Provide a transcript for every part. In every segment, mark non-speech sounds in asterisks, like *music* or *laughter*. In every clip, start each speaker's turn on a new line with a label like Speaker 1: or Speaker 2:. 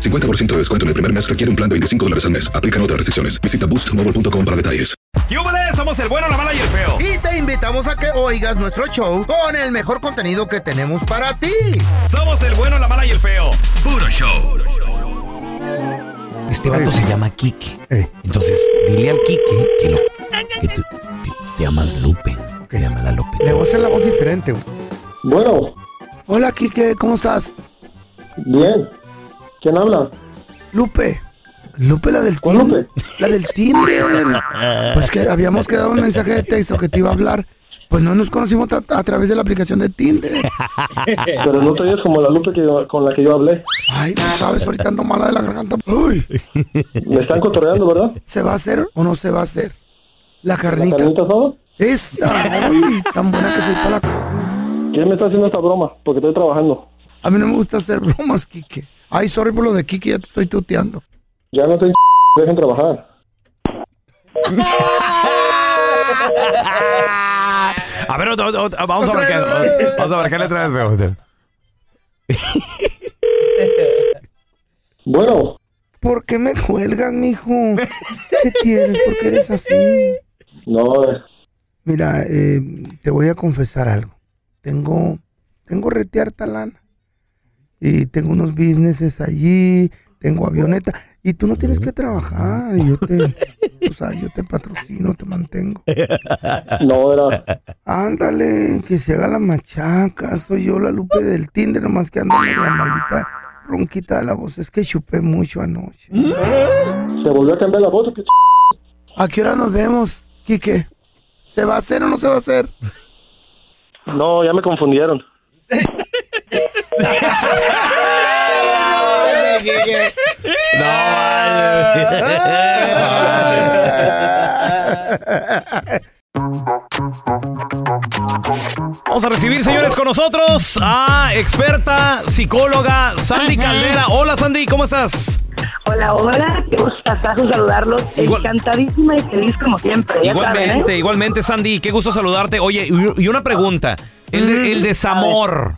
Speaker 1: 50% de descuento en el primer mes requiere un plan de 25 dólares al mes. Aplican otras restricciones. Visita boostmobile.com para detalles.
Speaker 2: ¡Yúbales! Somos el bueno, la mala y el feo.
Speaker 3: Y te invitamos a que oigas nuestro show con el mejor contenido que tenemos para ti.
Speaker 2: Somos el bueno, la mala y el feo.
Speaker 4: Puro show.
Speaker 5: Este vato se llama Quique. Entonces, dile al Quique que, lo, que tú- te, te llamas Lupe. Te llama la Lupe.
Speaker 3: Le voy a hacer la voz diferente. güey.
Speaker 6: Bueno,
Speaker 7: Hola, Quique, ¿cómo estás?
Speaker 6: bien. ¿Quién habla?
Speaker 7: Lupe. Lupe, la del
Speaker 6: ¿Cuál
Speaker 7: Tinder.
Speaker 6: Lupe?
Speaker 7: La del Tinder. Pues que habíamos quedado un mensaje de texto que te iba a hablar. Pues no nos conocimos tra- a través de la aplicación de Tinder.
Speaker 6: Pero no te oyes como la Lupe que yo- con la que yo hablé.
Speaker 7: Ay, tú sabes, ahorita ando mala de la garganta. Uy,
Speaker 6: Me están cotorreando, ¿verdad?
Speaker 7: ¿se va a hacer o no se va a hacer? La
Speaker 6: ¿La
Speaker 7: carnita.
Speaker 6: carnita asada?
Speaker 7: Esa. Uy, tan buena que soy para la...
Speaker 6: ¿Quién me está haciendo esta broma? Porque estoy trabajando.
Speaker 7: A mí no me gusta hacer bromas, Quique. Ay, sorry por lo de Quique, ya te estoy tuteando.
Speaker 6: Ya no te *laughs* dejen trabajar.
Speaker 2: A ver, otra- otra- Ah, vamos a marcar. Vamos a marcarle otra vez, feo.
Speaker 6: Bueno,
Speaker 7: ¿Por qué me cuelgas, mijo? ¿Qué tienes? ¿Por qué eres así?
Speaker 6: no, eh,
Speaker 7: Mira, eh, te voy a confesar algo. Tengo, tengo retearta lana. Y tengo unos businesses allí, tengo avioneta. Y tú no tienes que trabajar. y yo te, o sea, yo te patrocino, te mantengo.
Speaker 6: no era.
Speaker 7: Ándale, que se haga la machaca. Soy yo la Lupe del Tinder, nomás que ando con la maldita ronquita de la voz. Es que chupé mucho anoche.
Speaker 6: Se volvió a cambiar la voz. ¿qué ch-
Speaker 7: ¿A qué hora nos vemos, Quique? ¿Se va a hacer o no se va a hacer?
Speaker 6: No, ya me confundieron.
Speaker 2: No, vaya. Vamos a recibir, señores, con nosotros a experta psicóloga Sandy Caldera. Hola, Sandy, ¿cómo estás?
Speaker 8: Hola, hola, qué gustazo saludarlos.
Speaker 2: Igual-
Speaker 8: Encantadísima y feliz como siempre. ya saben,
Speaker 2: Igualmente,
Speaker 8: ¿eh?
Speaker 2: igualmente, Sandy, qué gusto saludarte. Oye, y- y una pregunta. El,
Speaker 7: Mm,
Speaker 2: de- el desamor.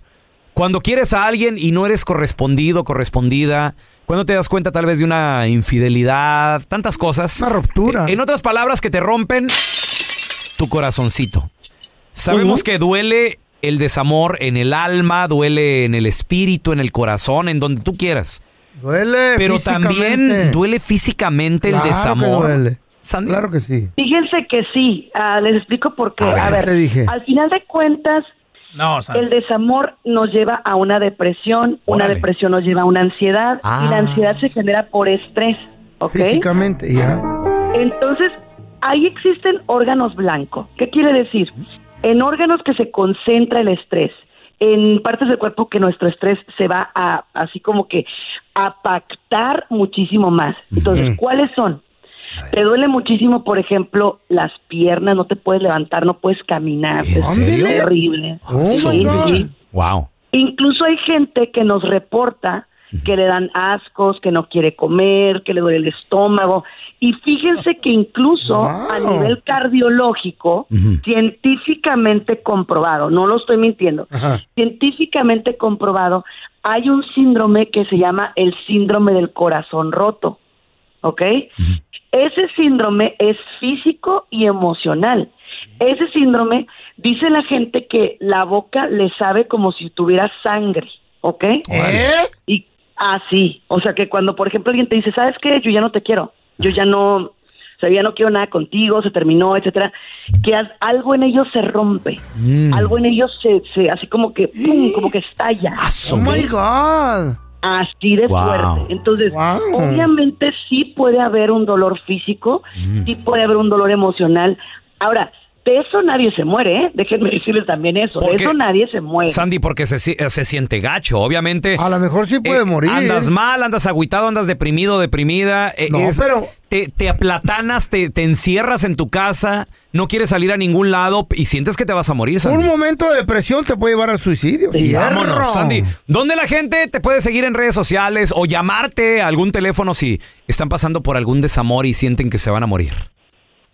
Speaker 2: Cuando quieres a alguien y no eres correspondido, correspondida, cuando te das cuenta tal vez de una infidelidad, tantas cosas.
Speaker 7: Una ruptura.
Speaker 2: En otras palabras, que te rompen tu corazoncito. Sabemos que duele el desamor en el alma, duele en el espíritu, en el corazón, en donde tú quieras.
Speaker 7: Duele.
Speaker 2: Pero también
Speaker 7: físicamente.
Speaker 2: duele físicamente el
Speaker 7: Claro que
Speaker 2: desamor.
Speaker 7: duele.
Speaker 2: Sandy.
Speaker 7: Claro que sí.
Speaker 8: Fíjense que sí, ah, les explico por qué.
Speaker 2: A ver, Ah.
Speaker 8: A ver,
Speaker 7: te dije.
Speaker 8: al final de cuentas,
Speaker 2: No,
Speaker 8: el desamor nos lleva a una depresión, una
Speaker 2: Órale.
Speaker 8: depresión nos lleva a una ansiedad y
Speaker 2: Ah.
Speaker 8: la ansiedad se genera por estrés, ¿ok?
Speaker 7: Físicamente, ya.
Speaker 8: Entonces, ahí existen órganos blancos. ¿Qué quiere decir? En órganos que se concentra el estrés, en partes del cuerpo que nuestro estrés se va a, así como que, a pactar muchísimo más. Entonces, ¿cuáles son? Te duele muchísimo, por ejemplo, las piernas, no te puedes levantar, no puedes caminar.
Speaker 2: ¿En
Speaker 8: es
Speaker 2: serio?
Speaker 8: terrible.
Speaker 7: Oh,
Speaker 8: Sí,
Speaker 7: my God.
Speaker 8: sí.
Speaker 2: Wow.
Speaker 8: Incluso hay gente que nos reporta que le dan ascos, que no quiere comer, que le duele el estómago. Y fíjense que incluso
Speaker 7: Wow.
Speaker 8: a nivel cardiológico, científicamente comprobado, no lo estoy mintiendo,
Speaker 7: Ajá.
Speaker 8: científicamente comprobado, hay un síndrome que se llama el síndrome del corazón roto. ¿Ok? Ese síndrome es físico y emocional. Ese síndrome dice la gente que la boca le sabe como si tuviera sangre. ¿Ok?
Speaker 7: ¿Eh?
Speaker 8: Y ah, así. O sea que cuando, por ejemplo, alguien te dice, ¿sabes qué? Yo ya no te quiero. Yo ya no. o sea, ya no quiero nada contigo, se terminó, etcétera, que al- algo en ellos se rompe,
Speaker 5: Mm.
Speaker 8: algo en ellos se, se- así como que, ¡pum!, como que estalla.
Speaker 7: ¡Oh, my God!
Speaker 8: Así de
Speaker 7: Wow.
Speaker 8: fuerte. Entonces, obviamente sí puede haber un dolor físico, sí puede haber un dolor emocional. Ahora, de eso nadie se muere, ¿eh? Déjenme decirles también eso. De
Speaker 2: Porque-
Speaker 8: eso nadie se muere.
Speaker 2: Sandy, porque se, si- eh, se siente gacho, obviamente.
Speaker 7: A lo mejor sí
Speaker 2: puede
Speaker 7: morir.
Speaker 2: Eh, Andas mal, andas agüitado, andas deprimido, deprimida. eh,
Speaker 7: No, pero-
Speaker 2: Te, te aplatanas, te, te encierras en tu casa, no quieres salir a ningún lado y sientes que te vas a morir, Sandy.
Speaker 7: Un momento de depresión te puede llevar al suicidio.
Speaker 2: Y
Speaker 7: ¡Hierro!
Speaker 2: vámonos, Sandy. ¿Dónde la gente te puede seguir en redes sociales o llamarte a algún teléfono si están pasando por algún desamor y sienten que se van a morir?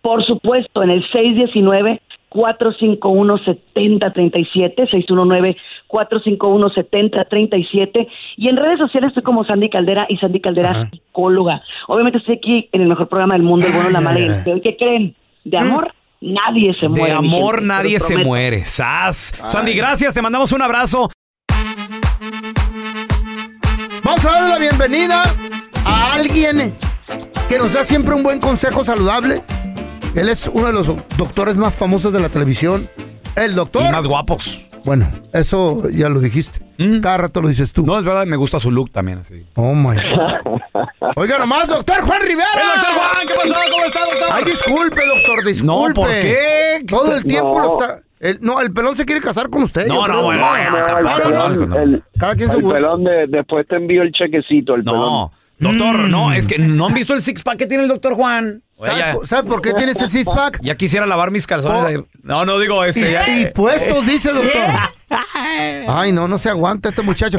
Speaker 8: Por supuesto, en el 619 451 7037 619 451 7037 y en redes sociales estoy como Sandy Caldera y Sandy Caldera psicóloga. Obviamente estoy aquí en el mejor programa del mundo, el bueno, la mala y
Speaker 2: *laughs*
Speaker 8: el feo. ¿Y ¿Qué creen? De amor nadie se muere.
Speaker 2: ¿Mm? De
Speaker 8: mi
Speaker 2: amor
Speaker 8: gente,
Speaker 2: nadie
Speaker 8: se lo
Speaker 2: se
Speaker 8: prometo.
Speaker 2: muere. ¡Sas!
Speaker 8: Ay.
Speaker 2: Sandy, gracias. Te mandamos un abrazo.
Speaker 7: Vamos a darle la bienvenida a alguien que nos da siempre un buen consejo saludable. Él es uno de los doc- doctores más famosos de la televisión. El doctor.
Speaker 2: más guapos.
Speaker 7: Bueno, eso ya lo dijiste.
Speaker 5: ¿Mm?
Speaker 7: Cada rato lo dices tú.
Speaker 2: No, es verdad, me gusta su look también. Así.
Speaker 7: Oh my God. Oiga nomás, doctor Juan Rivera.
Speaker 5: El doctor Juan, ¿qué pasó? ¿Cómo está, doctor?
Speaker 7: Ay, disculpe, doctor, disculpe.
Speaker 5: No, ¿por qué?
Speaker 7: Todo el tiempo
Speaker 5: No.
Speaker 7: lo está. el- no, el pelón se quiere casar con usted.
Speaker 5: No,
Speaker 7: yo
Speaker 5: no,
Speaker 7: creo.
Speaker 5: bueno, no, no, tampoco,
Speaker 7: no,
Speaker 5: no,
Speaker 7: no.
Speaker 5: no. El-
Speaker 7: Cada quien
Speaker 5: el
Speaker 7: su gusto.
Speaker 9: pelón de- después te envió el chequecito, el pelón.
Speaker 2: Doctor, no,
Speaker 5: Mm.
Speaker 2: es que no han visto el six pack que tiene el doctor Juan. Oye, ya-
Speaker 7: ¿Sabes por qué tiene ese six pack?
Speaker 2: Ya quisiera lavar mis calzones. ahí. No, no digo este. ya-
Speaker 7: Y puestos, dice el doctor.
Speaker 5: ¿Eh?
Speaker 7: Ay, no, no se aguanta este muchacho.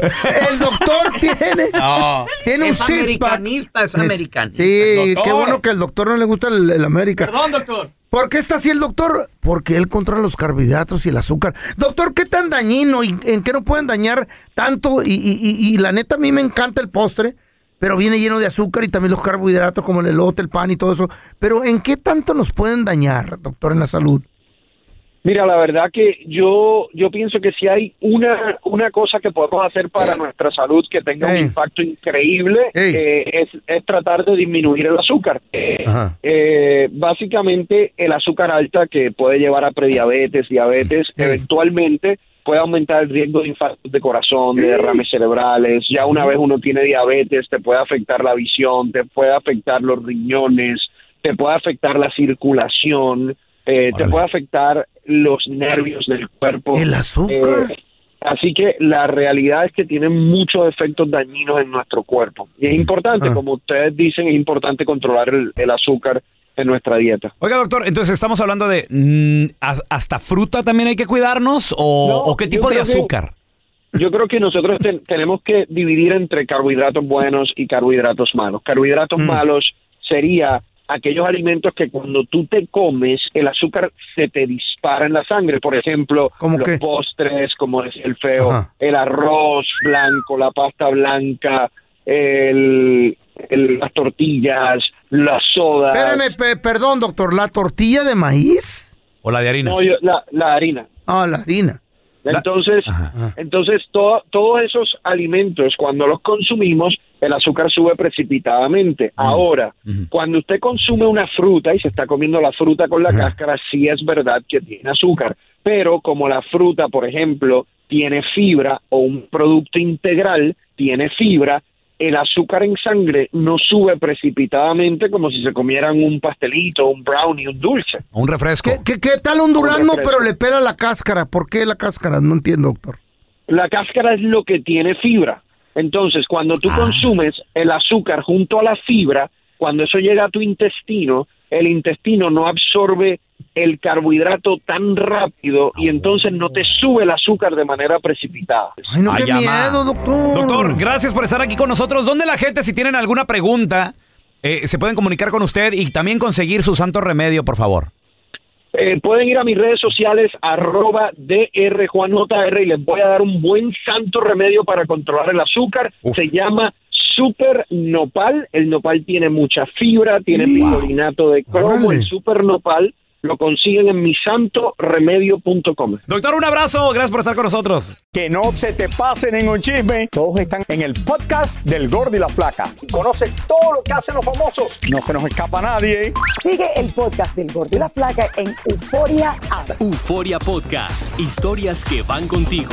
Speaker 5: *laughs*
Speaker 7: El doctor tiene,
Speaker 5: No.
Speaker 7: tiene un
Speaker 5: Es americanista, es americanista.
Speaker 7: Sí,
Speaker 5: Doctor.
Speaker 7: qué bueno que al doctor no le gusta el, el América.
Speaker 5: Perdón, doctor.
Speaker 7: ¿Por qué está así el doctor? Porque él controla los carbohidratos y el azúcar. Doctor, ¿qué tan dañino y en qué no pueden dañar tanto? Y, y- y- y la neta, a mí me encanta el postre, pero viene lleno de azúcar y también los carbohidratos como el elote, el pan y todo eso. Pero ¿en qué tanto nos pueden dañar, doctor, en la salud?
Speaker 9: Mira, la verdad que yo, yo pienso que si hay una, una cosa que podemos hacer para nuestra salud que tenga un impacto increíble, eh, es, es tratar de disminuir el azúcar. Eh,
Speaker 5: Ajá.
Speaker 9: eh, básicamente, el azúcar alta que puede llevar a prediabetes, diabetes, eventualmente puede aumentar el riesgo de infartos de corazón, de derrames cerebrales. Ya una vez uno tiene diabetes, te puede afectar la visión, te puede afectar los riñones, te puede afectar la circulación, eh, te puede afectar los nervios del cuerpo. El azúcar. Así que la realidad es que tienen muchos efectos dañinos en nuestro cuerpo. Y es importante, como ustedes dicen, es importante controlar el, el azúcar en nuestra dieta.
Speaker 2: Oiga, doctor, entonces estamos hablando de mm, has- hasta fruta también hay que cuidarnos o,
Speaker 9: No,
Speaker 2: o qué
Speaker 9: yo
Speaker 2: tipo de
Speaker 9: creo que-
Speaker 2: azúcar.
Speaker 9: Yo creo que nosotros te- tenemos que dividir entre carbohidratos buenos y carbohidratos malos. Carbohidratos
Speaker 7: Mm.
Speaker 9: malos sería aquellos alimentos que cuando tú te comes el azúcar se te dispara en la sangre. Por ejemplo,
Speaker 7: ¿Cómo
Speaker 9: los
Speaker 7: qué?
Speaker 9: postres, como es el feo,
Speaker 7: Ajá.
Speaker 9: el arroz blanco, la pasta blanca, el, el- las tortillas, las sodas.
Speaker 7: Espérame, pe- perdón, doctor, ¿la tortilla de maíz?
Speaker 2: O la de harina.
Speaker 9: No, yo- la- la harina.
Speaker 7: Ah, la harina.
Speaker 9: Entonces, entonces to- todos esos alimentos, cuando los consumimos, el azúcar sube precipitadamente. Ahora, cuando usted consume una fruta y se está comiendo la fruta con la cáscara, sí es verdad que tiene azúcar. Pero como la fruta, por ejemplo, tiene fibra o un producto integral tiene fibra, el azúcar en sangre no sube precipitadamente como si se comieran un pastelito, un brownie, un dulce.
Speaker 2: Un refresco.
Speaker 7: ¿Qué, qué tal un durazno,
Speaker 9: refresco.
Speaker 7: pero le pela la cáscara? ¿Por qué la cáscara? No entiendo, doctor.
Speaker 9: La cáscara es lo que tiene fibra. Entonces, cuando tú consumes el azúcar junto a la fibra, cuando eso llega a tu intestino, el intestino no absorbe el carbohidrato tan rápido y entonces no te sube el azúcar de manera precipitada.
Speaker 2: Ay, ama.
Speaker 7: Mm.
Speaker 2: Doctor, gracias por estar aquí con nosotros. ¿Dónde la gente, si tienen alguna pregunta, eh, se pueden comunicar con usted y también conseguir su santo remedio, por favor?
Speaker 9: Eh, pueden ir a mis redes sociales, arroba drjuanjr, y les voy a dar un buen santo remedio para controlar el azúcar. Se llama Super Nopal. El nopal tiene mucha fibra, tiene picolinato de cromo. El Super Nopal lo consiguen en misantoremedio.com.
Speaker 2: Doctor, un abrazo. Gracias por estar con nosotros.
Speaker 10: Que no se te pase ningún chisme. Todos están en el podcast del Gordi y la Flaca. Conoce todo lo que hacen los famosos. No se nos escapa nadie.
Speaker 11: Sigue el podcast del Gordi y la Flaca en Euforia App.
Speaker 12: Euforia Podcast. Historias que van contigo.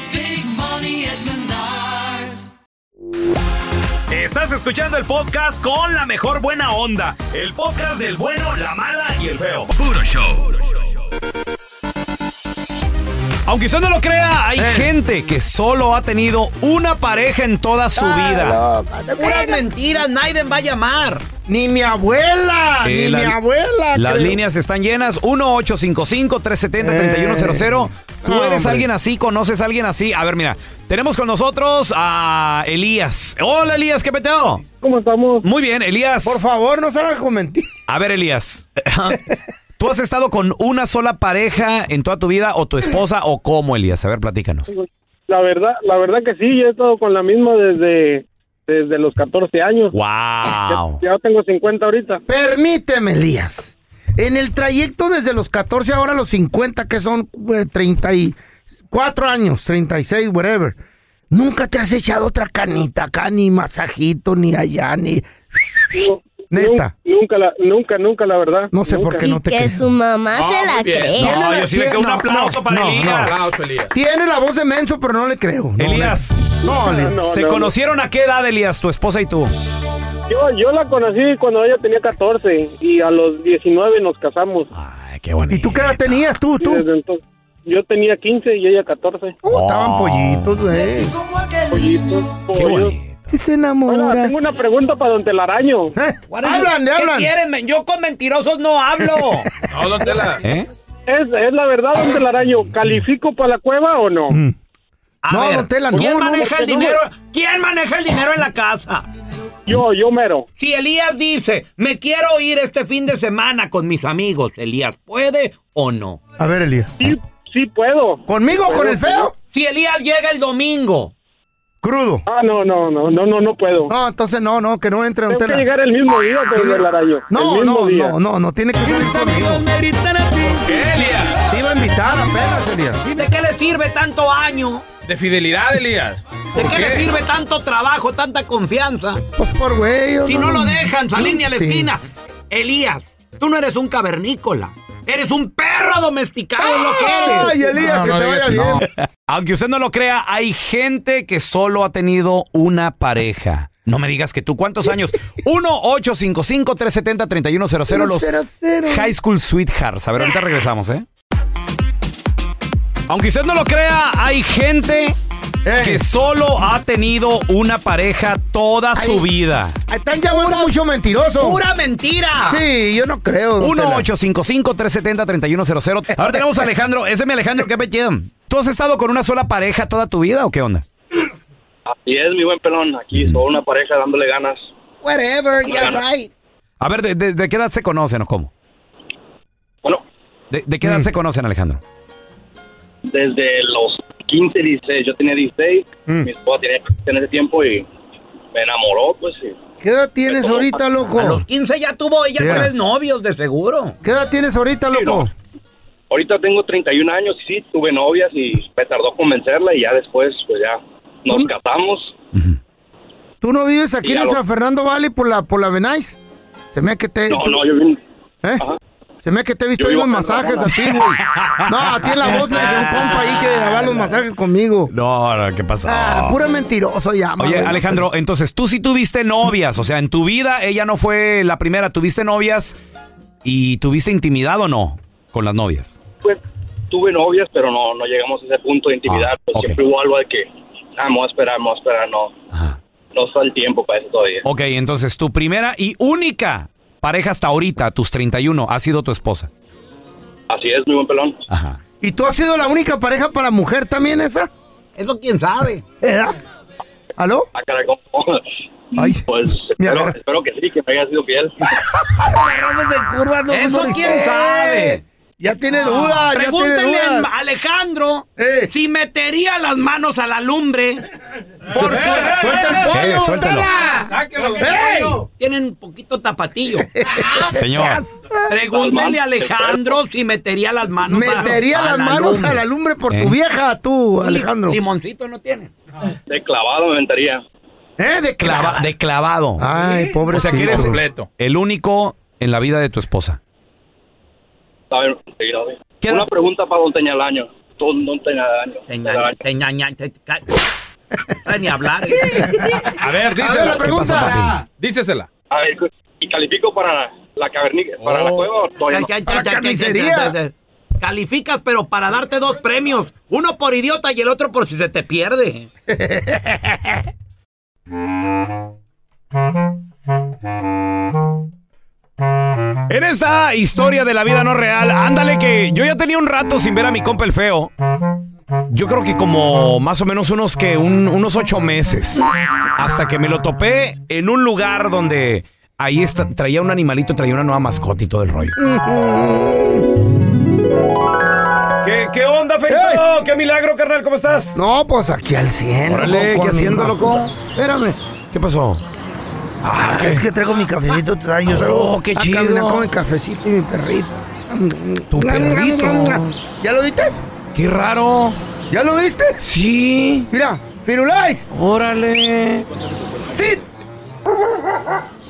Speaker 13: big money at Menards.
Speaker 2: Estás escuchando el podcast con la mejor buena onda. El podcast del bueno, la mala y el feo. Puro show. Aunque usted no lo crea,
Speaker 7: Eh.
Speaker 2: hay gente que solo ha tenido una pareja en toda su
Speaker 7: Ah,
Speaker 2: vida.
Speaker 7: Puras mentiras, nadie va a llamar. Ni mi abuela,
Speaker 2: Eh,
Speaker 7: ni
Speaker 2: la-
Speaker 7: mi abuela.
Speaker 2: Las
Speaker 7: creo.
Speaker 2: líneas están llenas. 1-855-370-3100. Tú
Speaker 7: no,
Speaker 2: eres
Speaker 7: Eh. hombre.
Speaker 2: alguien así, conoces a alguien así. A ver, mira, tenemos con nosotros a Elías. Hola, Elías, ¿qué peteo?
Speaker 7: ¿Cómo estamos?
Speaker 2: Muy bien, Elías.
Speaker 7: Por favor, no salgas con mentiras.
Speaker 2: A ver, Elías. *laughs* ¿Tú has estado con una sola pareja en toda tu vida o tu esposa o cómo, Elías? A ver, platícanos.
Speaker 14: La verdad, la verdad que sí, yo he estado con la misma desde, desde los 14 años.
Speaker 2: ¡Wow!
Speaker 14: Ya, ya tengo 50 ahorita.
Speaker 7: Permíteme, Elías. En el trayecto desde los 14 ahora a los 50, que son eh, 34 años, 36, whatever. Nunca te has echado otra canita acá, ni masajito, ni allá, ni. Neta.
Speaker 14: Nunca, la, nunca, nunca, la verdad.
Speaker 7: No sé por qué no te
Speaker 15: que
Speaker 7: creo.
Speaker 15: su mamá
Speaker 7: Ah,
Speaker 15: se la
Speaker 7: muy bien.
Speaker 15: crea.
Speaker 7: No, yo sí le creo un aplauso para Elías.
Speaker 2: Aplauso,
Speaker 7: Tiene la voz de menso, pero no le creo. No,
Speaker 2: Elías,
Speaker 7: No, no, no,
Speaker 2: ¿se
Speaker 7: no.
Speaker 2: conocieron a qué edad, Elías, tu esposa y tú?
Speaker 14: Yo, yo la conocí cuando ella tenía 14 y a los 19 nos casamos.
Speaker 7: ¿Y tú qué edad tenías tú, Oh.
Speaker 14: tú? yo tenía 15 y ella 14.
Speaker 7: Estaban pollitos, güey.
Speaker 14: Pollitos, pollos.
Speaker 7: Que se enamora.
Speaker 14: Hola, Ah, tengo una pregunta para don Telaraño.
Speaker 7: Hablan, ¿Qué hablan.
Speaker 14: quieren, Yo con mentirosos no hablo.
Speaker 16: *laughs* No, don Tela.
Speaker 14: Es, es la verdad, don Telaraño. ¿Califico para la cueva o no?
Speaker 7: no, don Tela,
Speaker 16: ¿Quién
Speaker 14: no, no,
Speaker 16: maneja el
Speaker 14: no, no.
Speaker 16: dinero? ¿Quién maneja el dinero en la casa?
Speaker 14: Yo, yo mero.
Speaker 16: Si Elías dice, me quiero ir este fin de semana con mis amigos, Elías, ¿puede o no?
Speaker 7: A ver, Elías.
Speaker 14: Sí, sí puedo.
Speaker 7: ¿Conmigo, con el feo?
Speaker 16: Si Elías llega el domingo.
Speaker 7: Crudo.
Speaker 14: Ah, no, no, no, no, no, no puedo.
Speaker 7: No, entonces no, no, que no entre, don
Speaker 14: Tengo que
Speaker 7: Tela.
Speaker 14: llegar el mismo día, don
Speaker 7: Tiene-
Speaker 14: Telaraño.
Speaker 7: No,
Speaker 14: El mismo
Speaker 7: no,
Speaker 14: día.
Speaker 7: no, no, no, tiene que salir conmigo. Te iba a invitar apenas, Elías.
Speaker 16: ¿De qué le sirve tanto año?
Speaker 17: De fidelidad, Elías.
Speaker 16: ¿De qué le sirve tanto trabajo, tanta confianza?
Speaker 7: Pues por güey. yo
Speaker 16: Si no, lo dejan salir ni a la
Speaker 7: Sí.
Speaker 16: esquina. Elías, tú no eres un cavernícola. Eres un perro domesticado, es lo que
Speaker 7: Ay,
Speaker 16: eres.
Speaker 7: Elías, que te vaya bien.
Speaker 2: Aunque usted no lo crea, hay gente que solo ha tenido una pareja. No me digas que tú, ¿cuántos
Speaker 7: *laughs*
Speaker 2: años? 1-855-370-3100, los
Speaker 7: Cero, cero.
Speaker 2: High School Sweethearts. A ver, ahorita regresamos, ¿eh? Aunque usted no lo crea, hay gente que solo ha tenido una pareja toda su vida.
Speaker 7: Están llamando mucho mentiroso.
Speaker 16: pura mentira.
Speaker 7: Sí, yo no creo. don Tela.
Speaker 2: 1-855-370-3100. Ahora tenemos a Alejandro. Ese es mi Alejandro, ¿qué pechido? ¿Tú has estado con una sola pareja toda tu vida o qué onda?
Speaker 18: Así es, mi buen pelón. Aquí soy una pareja dándole ganas.
Speaker 16: Whatever,
Speaker 18: yeah,
Speaker 16: right.
Speaker 2: A ver, ¿de, de- de qué edad se conocen o cómo?
Speaker 18: Bueno.
Speaker 2: ¿De, de qué
Speaker 16: Mm.
Speaker 2: edad se conocen, Alejandro?
Speaker 18: Desde los 15, 16. Yo tenía 16.
Speaker 7: Mm.
Speaker 18: Mi esposa tenía 15 en ese tiempo y me enamoró, pues. y
Speaker 7: ¿Qué edad tienes ahorita, loco?
Speaker 16: A los 15 ya tuvo ella
Speaker 7: Yeah.
Speaker 16: tres novios, de seguro.
Speaker 7: ¿Qué edad tienes ahorita, loco?
Speaker 18: ahorita tengo 31 años y sí, tuve novias y me tardó convencerla y ya después, pues ya nos casamos.
Speaker 7: ¿Tú no vives aquí
Speaker 18: Sí,
Speaker 7: en
Speaker 18: algo.
Speaker 7: San Fernando Valley por la, por la Benais? Se me hace que te...
Speaker 18: No, no, yo vine.
Speaker 7: ¿Eh?
Speaker 18: Ajá.
Speaker 7: Se me que te he visto
Speaker 18: Yo
Speaker 7: ahí
Speaker 18: vivo
Speaker 7: los
Speaker 18: acá en
Speaker 7: masajes a ti, güey. No, a ti en la voz me dio un compa ahí que daba los masajes conmigo.
Speaker 2: No, no, ¿qué pasa?
Speaker 7: Ah, pura mentiroso ya,
Speaker 2: Oye,
Speaker 7: güey.
Speaker 2: Alejandro, entonces tú sí tuviste novias, o sea, en tu vida ella no fue la primera, tuviste novias y tuviste intimidad o no con las novias.
Speaker 18: Pues tuve novias, pero no, no llegamos a ese punto de intimidad.
Speaker 2: Ah,
Speaker 18: pues, Siempre hubo algo de que, ah, me voy a esperar, me voy a esperar, no. No está el tiempo para eso todavía.
Speaker 2: Ok, entonces tu primera y única pareja hasta ahorita, tus 31, ha sido tu esposa.
Speaker 18: Así es, mi buen pelón.
Speaker 2: Ajá.
Speaker 7: ¿Y tú has sido la única pareja para mujer también esa?
Speaker 16: Eso quién sabe.
Speaker 7: ¿Aló?
Speaker 18: Ah, caray, ¿cómo? *laughs* pues espero, espero que sí, que me haya sido fiel.
Speaker 16: Eso quién sabe.
Speaker 7: Ya tiene Eh.
Speaker 18: duda, ya
Speaker 16: Pregúntele
Speaker 18: tiene duda.
Speaker 16: a Alejandro si metería las manos a la lumbre. Porque
Speaker 7: suelta
Speaker 2: el pollo, Eh, suéltalo. Tela.
Speaker 16: Ey, Tienen poquito
Speaker 2: *laughs*
Speaker 16: tapatillo.
Speaker 2: Señor.
Speaker 16: Pregúntele a Alejandro si metería las manos
Speaker 7: Metería las manos a la lumbre por
Speaker 2: ¿Eh?
Speaker 7: tu vieja, tú, Alejandro.
Speaker 16: Limoncito no tiene.
Speaker 18: De clavado me aventaría.
Speaker 7: ¿Eh? De
Speaker 2: clava- de clavado.
Speaker 7: Ay, pobre.
Speaker 2: O sea, que eres el único en la vida de tu esposa.
Speaker 18: Está bien, sí, no, sí. Una pregunta para don Teñalaño. Don, don Teñalaño. Teñalaño.
Speaker 16: Ni hablar. eh.
Speaker 18: A ver,
Speaker 16: dísela. la ¿Qué pregunta. pasó, papi?
Speaker 18: dícesela. A ver, ¿y califico para la cavernica, para la
Speaker 2: Oh.
Speaker 6: Oh.
Speaker 18: cueva o todavía no?
Speaker 16: Calificas, pero para darte dos premios. Uno por idiota y el otro por si se te pierde.
Speaker 2: En esta historia de la vida no real, ándale que yo ya tenía un rato sin ver a mi compa el feo. Yo creo que como más o menos unos que un- unos ocho meses. Hasta que me lo topé en un lugar donde ahí está- traía un animalito, traía una nueva mascota y todo el rollo. ¿Qué, qué onda, Feito? ¡Qué milagro, carnal! ¿Cómo estás?
Speaker 7: No, pues aquí al 100.
Speaker 2: Órale,
Speaker 7: loco,
Speaker 2: ¿qué
Speaker 7: con
Speaker 2: haciendo,
Speaker 7: mi
Speaker 2: loco?
Speaker 7: mascota. Espérame.
Speaker 2: ¿Qué pasó?
Speaker 7: Ah, es que traigo mi cafecito, traigo.
Speaker 2: Oh, qué
Speaker 7: a
Speaker 2: chido.
Speaker 7: caminar con el cafecito y mi perrito.
Speaker 2: Tu perrito.
Speaker 7: ¿Ya lo viste?
Speaker 2: Qué raro.
Speaker 7: ¿Ya lo viste?
Speaker 2: Sí.
Speaker 7: Mira, Firulais.
Speaker 2: Órale.
Speaker 7: Sí.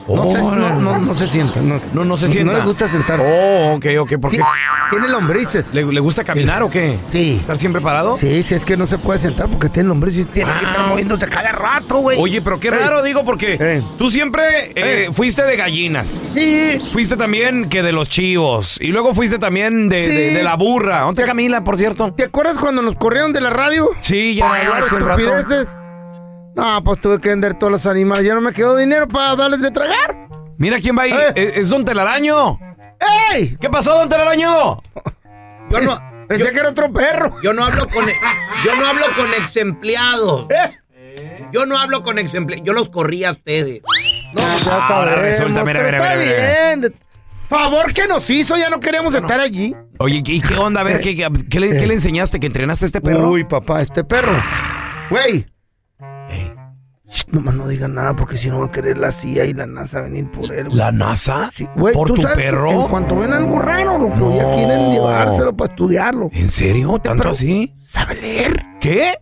Speaker 7: No se, no, no, no se sienta. No,
Speaker 2: no, se
Speaker 7: No
Speaker 2: sienta.
Speaker 7: le gusta sentarse.
Speaker 2: Oh, ok, ok. ¿Por qué?
Speaker 7: Tiene lombrices.
Speaker 2: ¿Le, le gusta caminar o qué?
Speaker 7: Sí.
Speaker 2: ¿Estar siempre parado?
Speaker 7: Sí, sí, es que no se puede sentar porque tiene lombrices. Tiene que
Speaker 2: Ah.
Speaker 7: estar moviéndose cada rato, güey.
Speaker 2: Oye, pero qué raro, digo, porque tú siempre eh, fuiste de gallinas.
Speaker 7: Sí.
Speaker 2: Fuiste también que de los chivos. Y luego fuiste también de,
Speaker 7: Sí.
Speaker 2: de- de la burra. ¿Dónde Camila, por cierto?
Speaker 7: ¿Te acuerdas cuando nos corrieron de la radio?
Speaker 2: Sí, ya,
Speaker 7: Por
Speaker 2: ya
Speaker 7: hablar
Speaker 2: Ah, hace un rato.
Speaker 7: estupideces. No, pues tuve que vender todos los animales. Ya no me quedó dinero para darles de tragar.
Speaker 2: Mira quién va ahí.
Speaker 7: Eh.
Speaker 2: Es, es Don Telaraño.
Speaker 7: ¡Ey!
Speaker 2: ¿Qué pasó, Don Telaraño?
Speaker 16: Yo no,
Speaker 7: *laughs* Pensé que era otro perro.
Speaker 16: Yo no hablo con e, yo no hablo con ex
Speaker 7: *laughs*
Speaker 16: empleados. Yo no hablo con ex empleados. Yo los corrí a ustedes.
Speaker 7: ¿Eh? No,
Speaker 2: Ah, Ahora resulta, mira, mira, mira, mira.
Speaker 7: Bien. Favor que nos hizo, ya no queríamos estar allí.
Speaker 2: Oye, ¿y qué onda? A ver, ¿qué, qué- qué le, qué le enseñaste? ¿Que entrenaste a este perro?
Speaker 7: Eh. Uy, papá, este perro. Güey. Shh, Nomás no digan nada porque si no va a querer la CIA y la NASA a venir por él. güey.
Speaker 2: ¿La NASA?
Speaker 7: Sí, güey,
Speaker 2: ¿Por
Speaker 7: tú
Speaker 2: tu
Speaker 7: sabes que
Speaker 2: perro?
Speaker 7: En cuanto ven algo raro, loco, ya quieren llevárselo para estudiarlo.
Speaker 2: ¿En serio? ¿Tanto
Speaker 7: Pero-
Speaker 2: así?
Speaker 7: ¿Sabe leer?
Speaker 2: ¿Qué?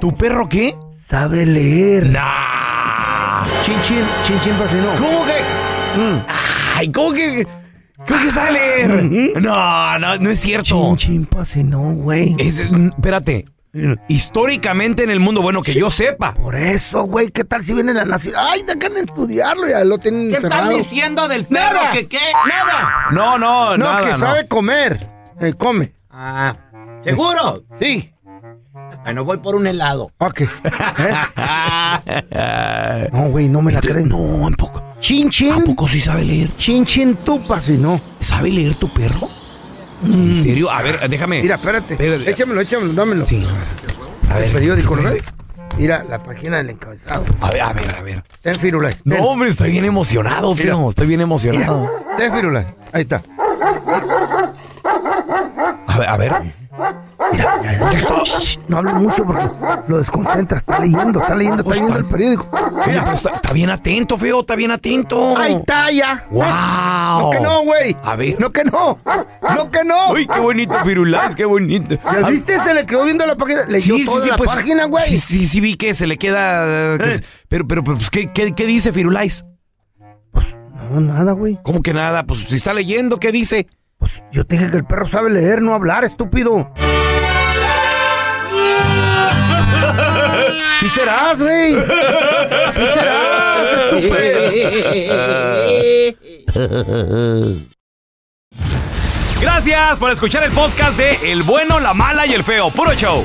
Speaker 2: ¿Tu perro qué?
Speaker 7: Sabe leer.
Speaker 2: Nah.
Speaker 7: Chin, chin, chin, chin, pero si no.
Speaker 2: ¿Cómo que? Ay, ¿cómo que? ¿Cómo que sabe leer? No, no, no es cierto.
Speaker 7: Chin, chin, pa' si no, güey.
Speaker 2: Es- mm, espérate. Históricamente en el mundo, bueno, que yo sepa.
Speaker 7: Por eso, güey, ¿qué tal si viene la nación? Ay, dejan de estudiarlo, ya lo tienen
Speaker 16: ¿Qué están
Speaker 7: encerrado.
Speaker 16: diciendo del perro?
Speaker 7: ¡Nada!
Speaker 16: ¿Que qué?
Speaker 7: ¡Nada!
Speaker 2: No, no,
Speaker 7: No,
Speaker 2: nada,
Speaker 7: que
Speaker 2: no.
Speaker 7: sabe comer. Eh, come.
Speaker 16: Ah, ¿seguro?
Speaker 7: Sí.
Speaker 16: Bueno, voy por un helado.
Speaker 7: *laughs* Ok. No, güey, Este, no me la creen.
Speaker 2: No, tampoco.
Speaker 7: Chin, chin. ¿A
Speaker 2: poco sí sabe leer?
Speaker 7: Chin, chin, tupa, si no.
Speaker 2: ¿Sabe leer tu perro? ¿En serio? A ver, déjame.
Speaker 7: Mira, Eh, espérate.
Speaker 2: Espérate.
Speaker 7: Échamelo, échamelo, dámelo.
Speaker 2: Sí. A ver,
Speaker 7: El periódico, ¿no? Mira, la página del encabezado.
Speaker 2: A ver, a ver, a ver.
Speaker 7: Ten firula.
Speaker 2: No, hombre, estoy bien emocionado,
Speaker 7: Mira.
Speaker 2: fío. Estoy bien emocionado.
Speaker 7: Ten firula. Ahí está.
Speaker 2: A ver, a ver.
Speaker 7: Shh, No hables mucho porque lo desconcentra. Está leyendo, está leyendo, está leyendo el periódico.
Speaker 2: Oye, pero está, está bien atento, feo. Está bien atento.
Speaker 7: Ahí está ya.
Speaker 2: ¡Wow!
Speaker 7: No que no, güey.
Speaker 2: A ver.
Speaker 7: No que no. No que no.
Speaker 2: Uy, qué bonito, Firulais, qué bonito.
Speaker 7: ¿Ya viste? Se le quedó viendo la página. Leyó toda la página, güey.
Speaker 2: pues, Sí, sí, sí, vi que se le queda. que se- pero, pero, pero, pues, ¿qué, qué, qué dice Firulais?
Speaker 7: No, nada, güey.
Speaker 19: ¿Cómo que nada? Pues si está leyendo, ¿qué dice?
Speaker 7: Pues yo te dije que el perro sabe leer, no hablar, estúpido. Sí serás, güey. Sí serás. estúpido.
Speaker 19: Gracias por escuchar el podcast de El bueno, la mala y el feo. Puro show.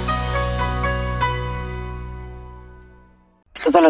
Speaker 9: Esto solo